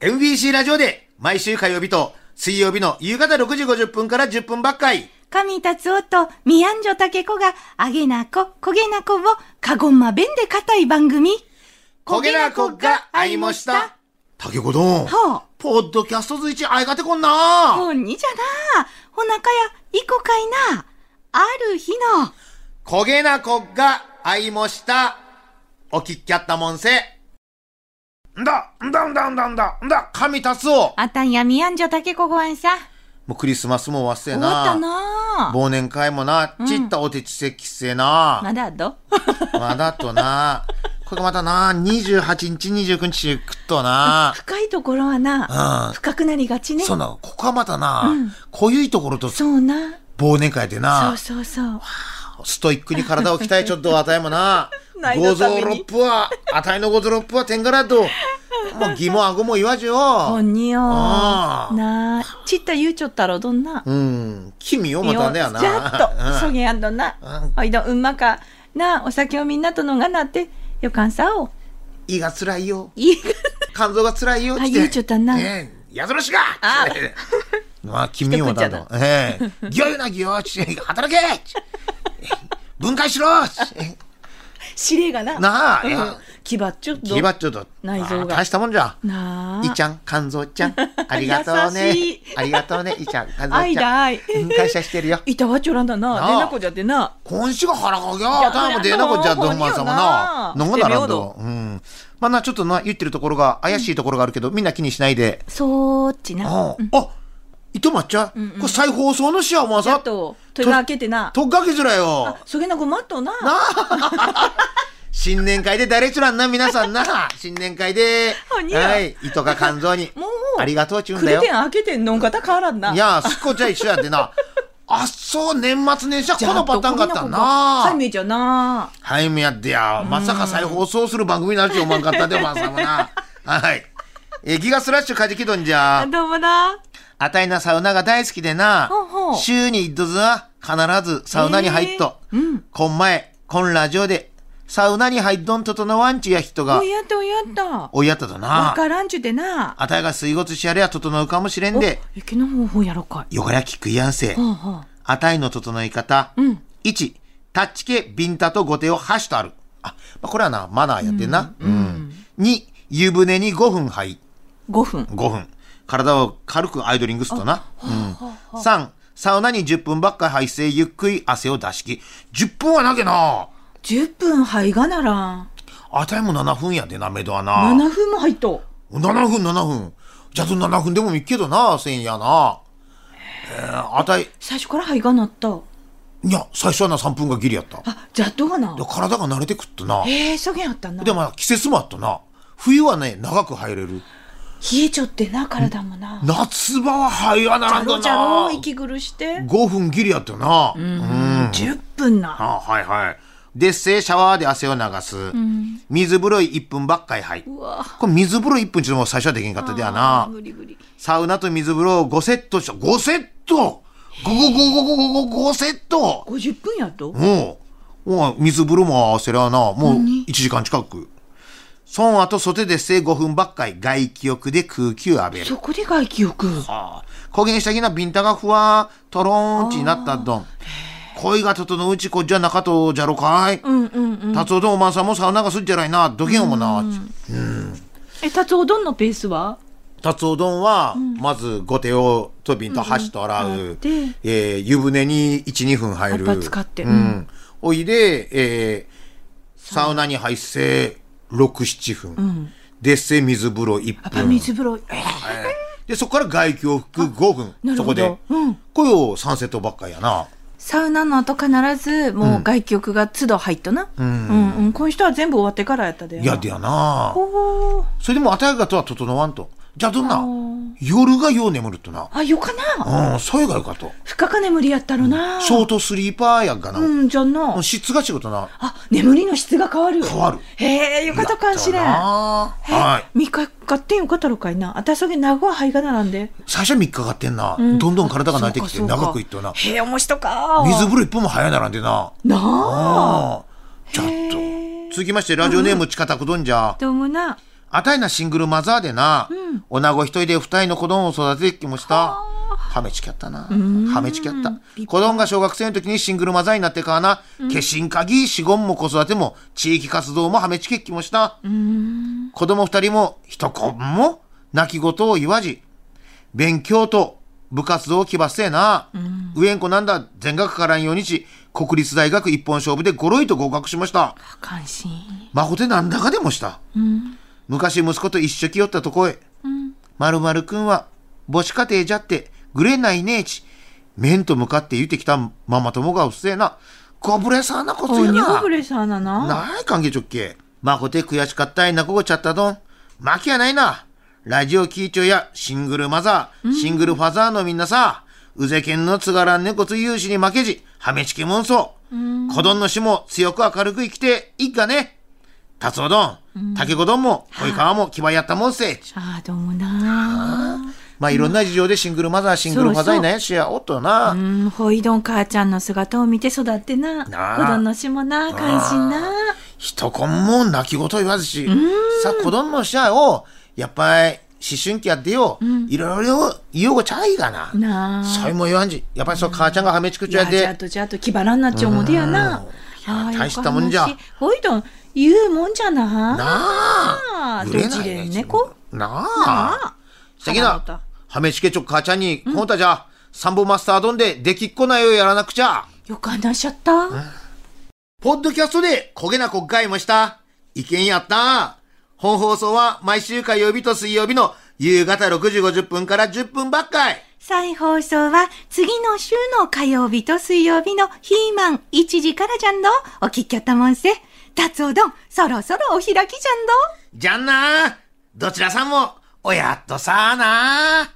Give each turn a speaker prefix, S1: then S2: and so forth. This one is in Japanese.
S1: MBC ラジオで毎週火曜日と水曜日の夕方6時50分から10分ばっかり。
S2: 神達夫とミアンジョタケコが、あげなこ、こげなこを、かごんま弁で固い番組。
S1: 焦げなこが会いました。。竹子どん。
S2: は
S1: ポッドキャストずいち会いがてこん
S2: あ、
S1: な。
S2: ほんにじゃな。ほなかや、いこかいな。ある日の、
S1: 焦げなこが会いました。おきっきゃったもんせ。んだ、んだんだんだんだ、んだ、神達夫。
S2: あたんやミアンジョタケコごあんさ。
S1: もうクリスマスも忘れ
S2: 終
S1: な。
S2: わったな。
S1: 忘年会もな、ちったお手ちせきせな。
S2: まだあっど。
S1: まだとな。これがまたな、28日、29日くっとな。
S2: 深いところはな、
S1: うん
S2: 深くなりがちね。
S1: そうなの、ここはまたな、濃ゆいところと
S2: そうな。
S1: 忘年会で
S2: そう
S1: な、
S2: そうそう。
S1: ストイックに体を鍛えちょっとあたいもな
S2: な、い
S1: ゴ
S2: の
S1: ゾ
S2: ために
S1: ロップは、あたいのゴゾロップは天から と、もう疑もあごも言わじよ
S2: ほ。んによ。
S1: ああ
S2: なあ、ちった言うちょったろ、どんな。
S1: うん、君よ、まただよな。
S2: じゃっと、そげやんどな
S1: うん。
S2: おいど、うんまか。なあ、お酒をみんなと飲がなって、よかんさお。
S1: 胃が辛いよ。
S2: いい が
S1: 肝臓が辛いよ。
S2: あ言うちょったな
S1: ええやぞろしが
S2: あ
S1: まあ、君もだ
S2: 人食
S1: と。ええ。ぎょよなぎよ、ち 働けち分解しろち
S2: 指令がな。
S1: なあ
S2: うん
S1: いや
S2: 気ばっちょっと。
S1: ギバッチョと。
S2: 内臓が
S1: あ大したもんじゃ。
S2: なあ。
S1: いちゃん、肝臓ちゃ ん。ありがとうね
S2: 優しい。
S1: ありがとうね、いちゃん、肝
S2: あ
S1: 臓
S2: い
S1: ち
S2: だ
S1: ゃ
S2: あ
S1: ん
S2: い。
S1: うん感謝してる よ。
S2: いたわちょらんだな。
S1: なあ
S2: でなこじゃってな。
S1: 今週が腹かきゃ、たぶん出なこっちゃ、どんまさんもな。
S2: ほ
S1: 飲
S2: ん
S1: む
S2: ま
S1: な
S2: やな
S1: らんと。うん。まあな、ちょっとな、言ってるところが、怪しいところがあるけど、みんな気にしないで。
S2: そーっちな。
S1: あ、あ、糸抹茶、これ再放送のしや、ま
S2: ちょ
S1: さ
S2: っ。と、戸が開けてな。
S1: とっかけづらよ
S2: あ。そげなごまっとな。
S1: 新年会で誰ちゅらんな、皆さん な。新年会で。
S2: ほにゃ
S1: はい。糸が肝臓に。
S2: もう
S1: ありがとうちゅうん
S2: く
S1: だ
S2: れ
S1: よ
S2: て。ん開けてん飲ん方変わらんな。
S1: いや、すっこちゃ一緒やで な。あっそう、年末年始はこのパターンがあった
S2: はい、
S1: な。
S2: めじゃな。
S1: はい、みやってや。まさか再放送する番組になると思わんかったで、まさも な。はい。えー、ギガスラッシュカジキドンじゃ。
S2: どうもな。
S1: あたいなサウナが大好きでな
S2: ほうほう、
S1: 週に一度ずは必ずサウナに入っと、
S2: えーうん
S1: こん前、こんラジオで、サウナに入っどんととのわんちや人が
S2: お、やったおやった。わ
S1: おいやったとな。
S2: からんちゅでな。
S1: あたいが水没しやりゃ整うかもしれんで、
S2: お、雪の方法やろかい。
S1: よがやきくいやんせ
S2: はあ、は
S1: あたいの整い方、
S2: あ。うん。
S1: 1、タッチ系ビンタと後手を箸とある。あ、まあ、これはな、マナーやってんな。うん2、湯船に5分入っ
S2: 5分。
S1: 5分。体を軽くアイドリングすとな。うん、3、サウナに10分ばっか排水、ゆっくり汗を出しき。10分はなげな。
S2: 10分肺がならん。
S1: あたいも7分やでな、めどはな。
S2: 7分も入っと。
S1: 7分、7分。じゃあ、7分でもいいけどな、せんやな。えー、あたい、
S2: 最初から肺がなった。
S1: いや、最初はな、3分がギリやった。で
S2: あ、じゃっとがな。
S1: 体が慣れてくってな。
S2: ええー、そげんあったな。
S1: で、まあ、季節もあったな。冬はね、長く入れる。
S2: 冷えちょってな、体もな。じ
S1: 夏場は入らなら
S2: ゃ
S1: んだ
S2: ろじゃろ、
S1: な。
S2: 息苦して。
S1: 5分ギリやったな。うん
S2: 10分な。
S1: あはいはい。で、正シャワーで汗を流す。水風呂1分ばっかり入る。
S2: うわ。
S1: これ水風呂1分ちょっともう最初はできんかったでや
S2: あー
S1: な。
S2: 無理無理。
S1: サウナと水風呂を5セットした。5セット !5555555 セット
S2: 50分やと
S1: もう、もう水風呂も合わせりゃな。もう1時間近く。そんあと外でせ5分ばっかり外気浴で空気を浴びる。
S2: そこで外気浴。
S1: ああ焦げんしたぎなビンタがふわーとろーんちになったどん。恋がととのうちこっじゃなかとじゃろかい。
S2: うんうんうん。
S1: 達夫とおまんさんもサウナがすっじゃないな、どけんもな。
S2: え、達夫どんのペースは
S1: 達夫丼は、まず後手をとびんと箸と洗う。
S2: うんうん洗って
S1: えー湯船に1、2分入る。
S2: やっぱ使って
S1: う
S2: うん
S1: ん。おいで、えーサウナに入って、6、7分。で、せ水風呂1
S2: やっぱ
S1: 分。
S2: 水風呂、え
S1: で、そこから外気を吹く5分。
S2: なる
S1: そこ
S2: ほど
S1: で。
S2: うん
S1: これを3セットばっかりやな。
S2: サウナの後必ずもう外気浴が都度入っとな。うん、うん、この人は全部終わってからやったで。
S1: いやでやな。
S2: おー
S1: それでも、あたやがとは整わんと。じゃあどんな
S2: ー
S1: 夜がよう眠るとな。
S2: あ、よかな。
S1: うん、そういうがよかと。
S2: 深か眠りやったろな。
S1: ショートスリーパーやんかな。
S2: うん、じゃんの。
S1: 質が仕事な。
S2: あ、眠りの質が変わる。
S1: 変わる
S2: へえ、よかったかんしれん。
S1: やったな
S2: え
S1: はい。
S2: 三日買ってんよかったろかいな。あたそげ名古屋肺が並んで。
S1: 最初は3日かかってんな。どんどん体が慣れてきて
S2: そうかそうか
S1: 長くいっとな。
S2: へえ、面白か。
S1: 水風呂一本も早いならんでな。
S2: なあ。
S1: ああ。ちょっと。
S2: へえ
S1: 続きまして、ラジオネーム近田くどんじゃ。
S2: どうもな。
S1: あたいなシングルマザーでな、
S2: うん
S1: おなご一人で二人の子供を育ててきました。はめちきやったな。
S2: ん
S1: はめちきやった
S2: 立派。
S1: 子供が小学生の時にシングルマザーになってからな、化身鍵、死言も子育ても、地域活動もはめちききました。
S2: うん。
S1: 子供二人も一子も泣き言を言わじ、勉強と部活動を騎馬せえな。上んこなんだ全額からんようにち、国立大学一本勝負でゴロイと合格しました。
S2: 関心。
S1: まほてなんだかでもした。
S2: うん。
S1: 昔息子と一緒来よったとこへ、
S2: うん。
S1: まるまるくんは母子家庭じゃってぐれないねえち、面と向かって言ってきたママ友がうっせえな。ごぶれさんなこと
S2: お
S1: 言う
S2: に
S1: な。
S2: ごぶれさんなな。
S1: ない関係ちょっけ。まこて悔しかったいなこごちゃったどん。負けやないな。ラジオキーチョやシングルマザー、シングルファザーのみんなさ、うぜけんのつがらん猫つ勇士に負けじ、はめちきもんそう。
S2: うん。
S1: 子どんの死も強く明るく生きていいかね。達夫どん、竹子どんも、恋川も牙やったもんせ。
S2: しゃあどうもな。
S1: まあいろんな事情でシングルマザー、シングルファザーに悩んしやおっと
S2: う
S1: な。
S2: ん、ほいどん母ちゃんの姿を見て育ってな。
S1: なあ
S2: ほどんのしもな、関心な。
S1: 一コンも泣き言言わずし、さあ、子供の試合を、やっぱり、思春期やってよ、いろいろ言うごちゃいがな。
S2: なあ。
S1: そういも言わんじ。やっぱりそう、母ちゃんがはめちく
S2: い
S1: ちょや
S2: や、じゃあ
S1: で、
S2: とじゃあと気ばらんなっちゃうもでやな。
S1: うん
S2: ああ
S1: いや大したもんじゃ。
S2: よく話ほいどん、言うもんじゃな。
S1: なあ、
S2: あ
S1: 売
S2: ど
S1: れ
S2: ち
S1: ない
S2: れ
S1: ね
S2: ん猫
S1: な
S2: な
S1: あ。
S2: あ。
S1: さき
S2: 腹の
S1: な
S2: 音、
S1: はめちけちょ母ちゃんに、このたじゃ、サンボマスター丼で、できっこないをやらなくちゃ。
S2: よく話しちゃった。
S1: ポッドキャストで焦げな国会もした。意見やった。本放送は毎週火曜日と水曜日の夕方6時50分から10分ばっかい。
S2: 再放送は次の週の火曜日と水曜日のヒーマン1時からじゃんど。お聞きやったもんせ。達おどん、そろそろお開きじゃんど。
S1: じゃんなどちらさんも、おやっとさあな